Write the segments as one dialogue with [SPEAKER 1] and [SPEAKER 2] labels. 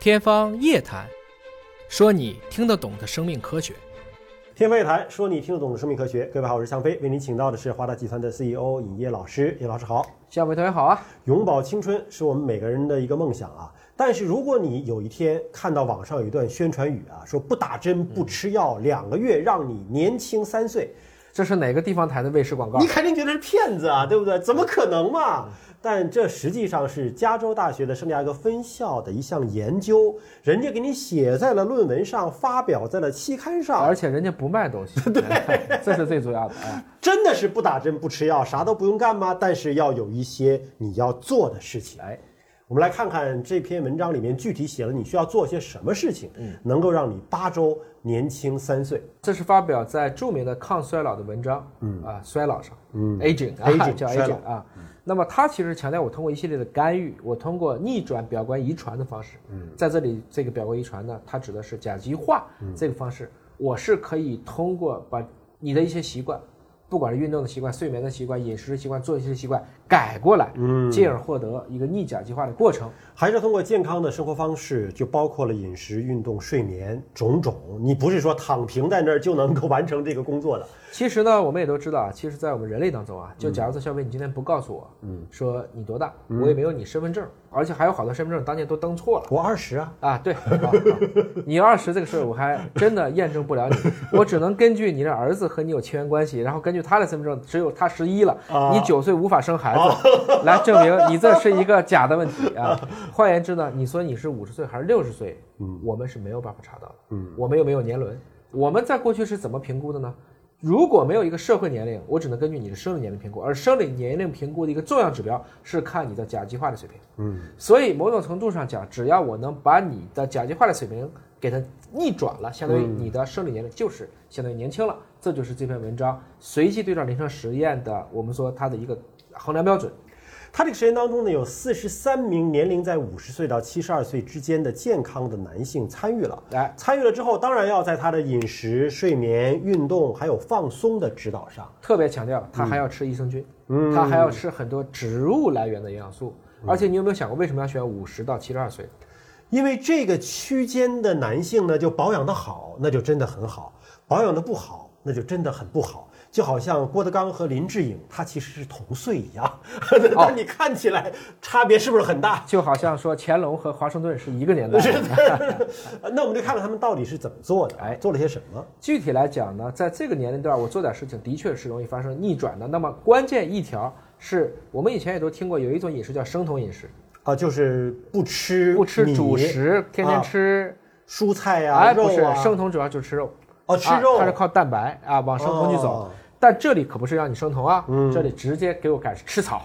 [SPEAKER 1] 天方夜谭，说你听得懂的生命科学。
[SPEAKER 2] 天方夜谭，说你听得懂的生命科学。各位好，我是向飞，为您请到的是华大集团的 CEO 尹烨老师。尹老师好，
[SPEAKER 3] 向飞同学好啊。
[SPEAKER 2] 永葆青春是我们每个人的一个梦想啊。但是如果你有一天看到网上有一段宣传语啊，说不打针不吃药，两个月让你年轻三岁，
[SPEAKER 3] 这是哪个地方台的卫视广告
[SPEAKER 2] 你？肯定觉得是骗子啊，对不对？怎么可能嘛？但这实际上是加州大学的圣地亚哥分校的一项研究，人家给你写在了论文上，发表在了期刊上
[SPEAKER 3] 而，且人家不卖东西，对， 这是最主要的啊。
[SPEAKER 2] 真的是不打针不吃药，啥都不用干吗？但是要有一些你要做的事情。
[SPEAKER 3] 哎，
[SPEAKER 2] 我们来看看这篇文章里面具体写了你需要做些什么事情，能够让你八周年轻三岁。
[SPEAKER 3] 这是发表在著名的抗衰老的文章，嗯啊，衰老上，嗯，aging 啊
[SPEAKER 2] aging，
[SPEAKER 3] 叫
[SPEAKER 2] 衰老
[SPEAKER 3] aging 啊。那么它其实强调我通过一系列的干预，我通过逆转表观遗传的方式，嗯，在这里这个表观遗传呢，它指的是甲基化这个方式，我是可以通过把你的一些习惯，不管是运动的习惯、睡眠的习惯、饮食的习惯、作息的习惯改过来，嗯，进而获得一个逆甲基化的过程。
[SPEAKER 2] 还是通过健康的生活方式，就包括了饮食、运动、睡眠种种。你不是说躺平在那儿就能够完成这个工作的。
[SPEAKER 3] 其实呢，我们也都知道啊，其实，在我们人类当中啊，就假如说消费，你今天不告诉我，嗯，说你多大，我也没有你身份证，而且还有好多身份证当年都登错了。
[SPEAKER 2] 我二十啊，
[SPEAKER 3] 啊，对，好好你二十这个事儿，我还真的验证不了你，我只能根据你的儿子和你有亲缘关系，然后根据他的身份证，只有他十一了，你九岁无法生孩子，来证明你这是一个假的问题啊。换言之呢，你说你是五十岁还是六十岁，我们是没有办法查到的，我们又没有年轮，我们在过去是怎么评估的呢？如果没有一个社会年龄，我只能根据你的生理年龄评估，而生理年龄评估的一个重要指标是看你的甲基化的水平。嗯，所以某种程度上讲，只要我能把你的甲基化的水平给它逆转了，相当于你的生理年龄就是相当于年轻了，这就是这篇文章随机对照临床实验的我们说它的一个衡量标准。
[SPEAKER 2] 他这个实验当中呢，有四十三名年龄在五十岁到七十二岁之间的健康的男性参与了。
[SPEAKER 3] 哎，
[SPEAKER 2] 参与了之后，当然要在他的饮食、睡眠、运动还有放松的指导上。
[SPEAKER 3] 特别强调，它还要吃益生菌，它还要吃很多植物来源的营养素。而且你有没有想过，为什么要选五十到七十二岁？
[SPEAKER 2] 因为这个区间的男性呢，就保养的好，那就真的很好；保养的不好，那就真的很不好。就好像郭德纲和林志颖，他其实是同岁一样， 但你看起来差别是不是很大？
[SPEAKER 3] 就好像说乾隆和华盛顿是一个年代。
[SPEAKER 2] 那我们就看看他们到底是怎么做的，
[SPEAKER 3] 哎
[SPEAKER 2] 做了些什么。
[SPEAKER 3] 具体来讲呢，在这个年龄段，我做点事情的确是容易发生逆转的。那么关键一条是我们以前也都听过，有一种饮食叫生酮饮食，
[SPEAKER 2] 啊，就是不吃
[SPEAKER 3] 不吃
[SPEAKER 2] 米
[SPEAKER 3] 主食，天天吃，
[SPEAKER 2] 蔬菜呀、
[SPEAKER 3] 哎，
[SPEAKER 2] 肉
[SPEAKER 3] 不是
[SPEAKER 2] 啊，
[SPEAKER 3] 生酮主要就是吃肉，
[SPEAKER 2] 哦吃肉
[SPEAKER 3] 啊它是靠蛋白啊往生酮去走。
[SPEAKER 2] 哦嗯
[SPEAKER 3] 但这里可不是让你生酮啊，这里直接给我改吃草，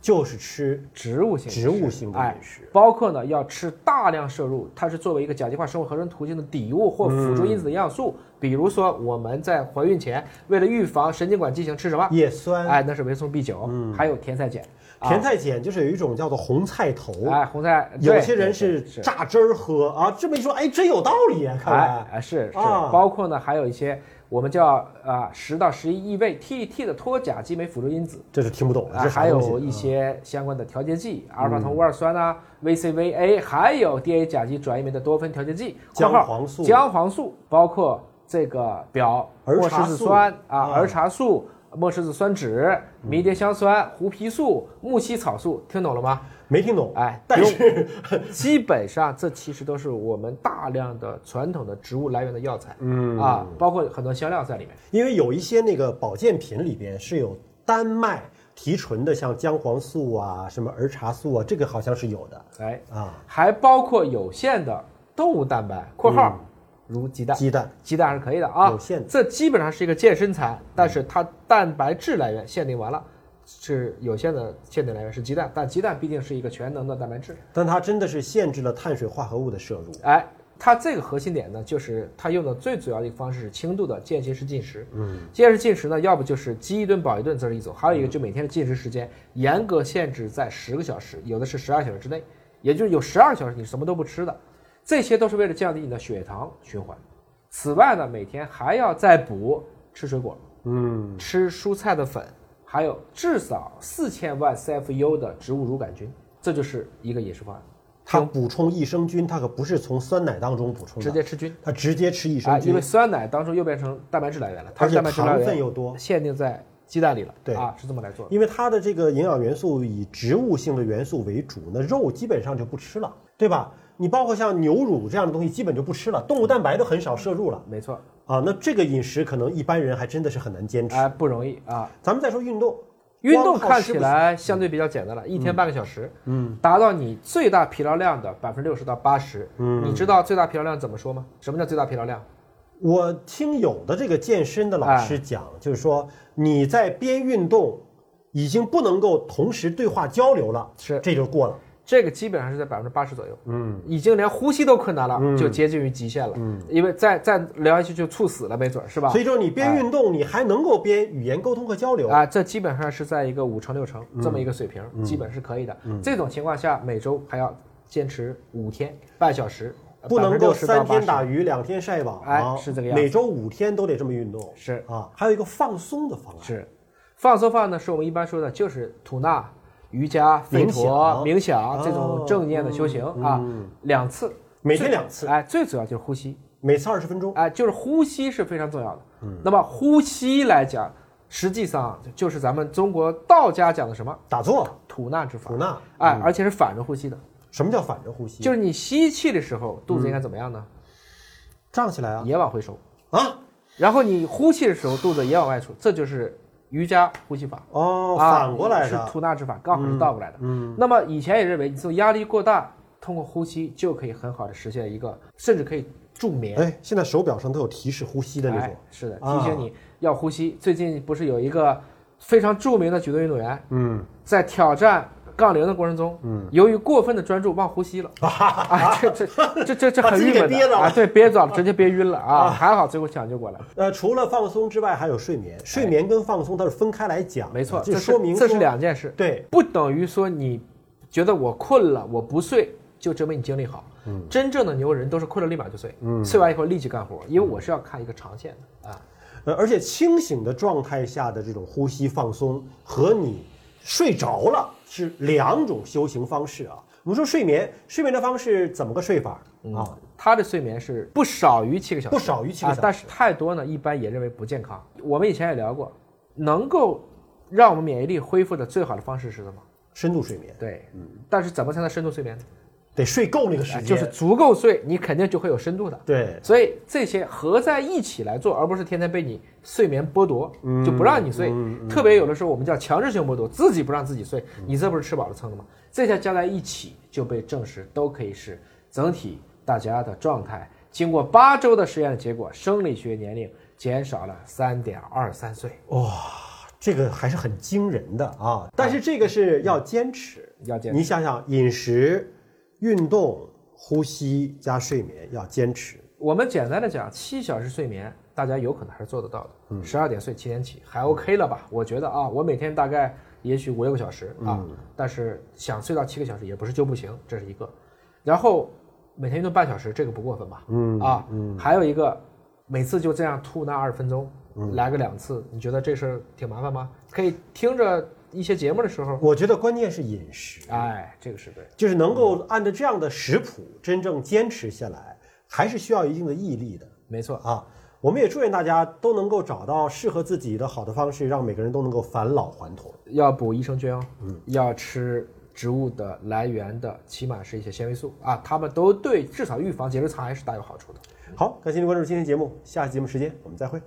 [SPEAKER 2] 就是吃
[SPEAKER 3] 植物性饮食
[SPEAKER 2] 植物性的
[SPEAKER 3] 哎
[SPEAKER 2] 饮食。，
[SPEAKER 3] 包括呢要吃大量摄入，它是作为一个甲基化生物合成途径的底物或辅助因子的营养素。
[SPEAKER 2] 嗯
[SPEAKER 3] 比如说我们在怀孕前，为了预防神经管畸形，吃什么？
[SPEAKER 2] 叶酸、
[SPEAKER 3] 哎，那是维生素 B 九、
[SPEAKER 2] 嗯
[SPEAKER 3] 还有甜菜碱，
[SPEAKER 2] 甜菜碱，就是有一种叫做红菜头，
[SPEAKER 3] 啊哎，红菜。
[SPEAKER 2] 哦有
[SPEAKER 3] 对
[SPEAKER 2] 些人
[SPEAKER 3] 对
[SPEAKER 2] 是
[SPEAKER 3] 对是
[SPEAKER 2] 榨汁儿喝啊。这么一说，哎，真有道理啊！看
[SPEAKER 3] 哎
[SPEAKER 2] 来
[SPEAKER 3] 哎是是，
[SPEAKER 2] 啊
[SPEAKER 3] 包括呢还有一些我们叫啊十到十一亿位 TET 的脱甲基酶辅助因子，
[SPEAKER 2] 这是听不懂了，
[SPEAKER 3] 啊，
[SPEAKER 2] 这啥
[SPEAKER 3] 还
[SPEAKER 2] 东西嗯
[SPEAKER 3] 有一些相关的调节剂，阿尔法酮、无二酸啊、VCVA，还有 DA 甲基转移酶的多酚调节剂，
[SPEAKER 2] 姜
[SPEAKER 3] 括号
[SPEAKER 2] 黄素
[SPEAKER 3] 姜黄素，包括这个表
[SPEAKER 2] 儿
[SPEAKER 3] 莫
[SPEAKER 2] 茶
[SPEAKER 3] 氏子
[SPEAKER 2] 素
[SPEAKER 3] 酸啊、
[SPEAKER 2] 啊
[SPEAKER 3] 儿茶素、莫氏子酸酯、迷迭香酸、胡皮素、木樨草素，听懂了吗？
[SPEAKER 2] 没听懂。
[SPEAKER 3] 哎，
[SPEAKER 2] 但是
[SPEAKER 3] 基本上这其实都是我们大量的传统的植物来源的药材，嗯啊，包括很多香料在里面。
[SPEAKER 2] 因为有一些那个保健品里边是有丹麦提纯的，像姜黄素啊、什么儿茶素啊，这个好像是有的
[SPEAKER 3] 哎，
[SPEAKER 2] 啊。
[SPEAKER 3] 还包括有限的动物蛋白（括号、
[SPEAKER 2] 嗯
[SPEAKER 3] 如鸡蛋）。
[SPEAKER 2] 鸡蛋
[SPEAKER 3] 鸡蛋还是可以的啊，
[SPEAKER 2] 有限的
[SPEAKER 3] 这基本上是一个健身餐，但是它蛋白质来源限定完了，是有限的限定来源是鸡蛋，但鸡蛋毕竟是一个全能的蛋白质。
[SPEAKER 2] 但它真的是限制了碳水化合物的摄入。
[SPEAKER 3] 哎，它这个核心点呢，就是它用的最主要的一个方式是轻度的间歇式进食。嗯，间歇式进食呢，要不就是饥一顿饱一顿，这是一种；还有一个就每天的进食时间严格限制在十个小时，有的是十二小时之内，也就是有十二小时你什么都不吃的，这些都是为了降低你的血糖循环。此外呢，每天还要再补吃水果，嗯，吃蔬菜的粉，还有至少四千万 CFU 的植物乳杆菌，这就是一个饮食方案。
[SPEAKER 2] 它补充益生菌，它可不是从酸奶当中补充的，
[SPEAKER 3] 直接吃菌。
[SPEAKER 2] 它直接吃益
[SPEAKER 3] 啊，
[SPEAKER 2] 生
[SPEAKER 3] 因
[SPEAKER 2] 菌
[SPEAKER 3] 为，酸奶当初又变成蛋白质来源了，它
[SPEAKER 2] 而
[SPEAKER 3] 是
[SPEAKER 2] 且
[SPEAKER 3] 蛋白质来
[SPEAKER 2] 糖分
[SPEAKER 3] 源
[SPEAKER 2] 又多。
[SPEAKER 3] 限定在鸡蛋里了，
[SPEAKER 2] 对
[SPEAKER 3] 啊，是这么来做的。
[SPEAKER 2] 因为它的这个营养元素以植物性的元素为主，那肉基本上就不吃了，对吧？你包括像牛乳这样的东西，基本就不吃了，动物蛋白都很少摄入了
[SPEAKER 3] 没错，
[SPEAKER 2] 啊。那这个饮食可能一般人还真的是很难坚持。
[SPEAKER 3] 哎，不容易啊。
[SPEAKER 2] 咱们再说运动，
[SPEAKER 3] 运动
[SPEAKER 2] 光靠
[SPEAKER 3] 看
[SPEAKER 2] 吃
[SPEAKER 3] 起
[SPEAKER 2] 不
[SPEAKER 3] 来相对比较简单了，一天半个小时，嗯，达到你最大疲劳量的百分之六十到八十。嗯，你知道最大疲劳量怎么说吗？什么叫最大疲劳量？
[SPEAKER 2] 我听有的这个健身的
[SPEAKER 3] 哎
[SPEAKER 2] 老师讲，就是说你在边运动，已经不能够同时对话交流了，
[SPEAKER 3] 是
[SPEAKER 2] 这就过了。
[SPEAKER 3] 这个基本上是在百分之八十左右，
[SPEAKER 2] 嗯，
[SPEAKER 3] 已经连呼吸都困难了，就接近于极限了，嗯，因为再再聊下去就猝死了，没准儿是吧？哎
[SPEAKER 2] 所以说你边运动，你还能够边语言沟通和交流。
[SPEAKER 3] 啊，这基本上是在一个五成六成这
[SPEAKER 2] 嗯
[SPEAKER 3] 么一个水平，基本是可以的。这种情况下，每周还要坚持五天半小时，
[SPEAKER 2] 不能够
[SPEAKER 3] 60%
[SPEAKER 2] 三
[SPEAKER 3] 到
[SPEAKER 2] 天
[SPEAKER 3] 80%
[SPEAKER 2] 打鱼两天晒网，
[SPEAKER 3] 哎是这个样子
[SPEAKER 2] 每周五天都得这么运动，
[SPEAKER 3] 是
[SPEAKER 2] 啊，还有一个放松的方案，
[SPEAKER 3] 是，放松法呢，是我们一般说的，就是吐纳、瑜伽、吠
[SPEAKER 2] 冥
[SPEAKER 3] 陀、
[SPEAKER 2] 想
[SPEAKER 3] 冥想这
[SPEAKER 2] 哦嗯
[SPEAKER 3] 种正念的修行啊，两次，
[SPEAKER 2] 每天
[SPEAKER 3] 最
[SPEAKER 2] 两次，
[SPEAKER 3] 哎，最主要就是呼吸，
[SPEAKER 2] 每次二十分钟。
[SPEAKER 3] 哎，就是呼吸是非常重要的。
[SPEAKER 2] 嗯
[SPEAKER 3] 那么呼吸来讲，实际上就是咱们中国道家讲的什么
[SPEAKER 2] 打坐、
[SPEAKER 3] 吐纳之法
[SPEAKER 2] 吐，纳，
[SPEAKER 3] 哎，而且是反着呼吸的，
[SPEAKER 2] 什么叫反着呼吸？
[SPEAKER 3] 就是你吸气的时候，肚子
[SPEAKER 2] 嗯
[SPEAKER 3] 应该怎么样呢？
[SPEAKER 2] 胀起来啊
[SPEAKER 3] 也往回收，
[SPEAKER 2] 啊！
[SPEAKER 3] 然后你呼气的时候，肚子也往外出，这就是瑜伽呼吸法。
[SPEAKER 2] 哦，
[SPEAKER 3] 啊
[SPEAKER 2] 反过来
[SPEAKER 3] 是
[SPEAKER 2] 的，
[SPEAKER 3] 吐纳之法，刚好是倒过来的。嗯，那么以前也认为，你这种压力过大，通过呼吸就可以很好的实现一个，甚至可以助眠。
[SPEAKER 2] 哎，现在手表上都有提示呼吸的那种
[SPEAKER 3] 哎。是的，
[SPEAKER 2] 啊
[SPEAKER 3] 提醒你要呼吸。最近不是有一个非常著名的举重运动员，
[SPEAKER 2] 嗯，
[SPEAKER 3] 在挑战杠铃的过程中，嗯，由于过分的专注忘呼吸了，啊，这这这这这
[SPEAKER 2] 把
[SPEAKER 3] 很
[SPEAKER 2] 自己
[SPEAKER 3] 郁
[SPEAKER 2] 给
[SPEAKER 3] 闷
[SPEAKER 2] 憋着
[SPEAKER 3] 的啊，
[SPEAKER 2] 了
[SPEAKER 3] 对，憋着了，直接憋晕了啊，还好最后抢救过来。
[SPEAKER 2] 呃，除了放松之外，还有睡眠。睡眠跟放松它是分开来讲的，
[SPEAKER 3] 哎没错，
[SPEAKER 2] 啊这
[SPEAKER 3] 这是
[SPEAKER 2] 说明
[SPEAKER 3] 这是
[SPEAKER 2] 说
[SPEAKER 3] 两件事。
[SPEAKER 2] 对，
[SPEAKER 3] 不等于说你觉得我困了，我不睡，就证明你精力好。嗯，真正的牛人都是困了立马就睡，嗯，睡完以后立即干活，因为我是要看一个长线的啊。
[SPEAKER 2] 呃，而且清醒的状态下的这种呼吸放松和你睡着了是两种修行方式啊。我们说睡眠，睡眠的方式怎么个睡法
[SPEAKER 3] 嗯
[SPEAKER 2] 啊？
[SPEAKER 3] 他的睡眠是不少于七个小时，
[SPEAKER 2] 不少于七个
[SPEAKER 3] 啊，
[SPEAKER 2] 小
[SPEAKER 3] 但
[SPEAKER 2] 时。
[SPEAKER 3] 是太多呢，一般也认为不健康。我们以前也聊过，能够让我们免疫力恢复的最好的方式是什么？
[SPEAKER 2] 深度睡眠
[SPEAKER 3] 对，但是怎么才能深度睡眠呢？
[SPEAKER 2] 得睡够那个嗯时
[SPEAKER 3] 哎
[SPEAKER 2] 间，
[SPEAKER 3] 就是足够睡，你肯定就会有深度的。
[SPEAKER 2] 对。
[SPEAKER 3] 所以这些合在一起来做，而不是天天被你睡眠剥夺，就不让你睡。特别有的时候我们叫强制性剥夺，自己不让自己睡，你这不是吃饱了撑的吗？这些加在一起就被证实都可以是整体大家的状态。经过八周的实验的结果，生理学年龄减少了三点二三岁。
[SPEAKER 2] 这个还是很惊人的啊！但是这个是要坚持，
[SPEAKER 3] 要嗯坚持
[SPEAKER 2] 你想想，饮食、运动、呼吸加睡眠要坚持，
[SPEAKER 3] 我们简单的讲，七小时睡眠，大家有可能还是做得到的。十二点睡，七点起，还 OK 了吧？我觉得啊，我每天大概也许五六个小时啊，但是想睡到七个小时也不是就不行，这是一个。然后每天运动半小时，这个不过分吧？嗯啊，还有一个，每次就这样吐纳二十分钟，来个两次，你觉得这事儿挺麻烦吗？可以听着一些节目的时候，
[SPEAKER 2] 我觉得关键是饮食。
[SPEAKER 3] 哎，这个是对。
[SPEAKER 2] 就是能够按照这样的食谱真正坚持下来，还是需要一定的毅力的
[SPEAKER 3] 没错，
[SPEAKER 2] 啊。我们也祝愿大家都能够找到适合自己的好的方式，让每个人都能够返老还童。
[SPEAKER 3] 要补益生菌哦，要吃植物的来源的，起码是一些纤维素啊，它们都对至少预防结直肠癌是大有好处的。
[SPEAKER 2] 好，感谢您关注今天节目，下期节目时间我们再会。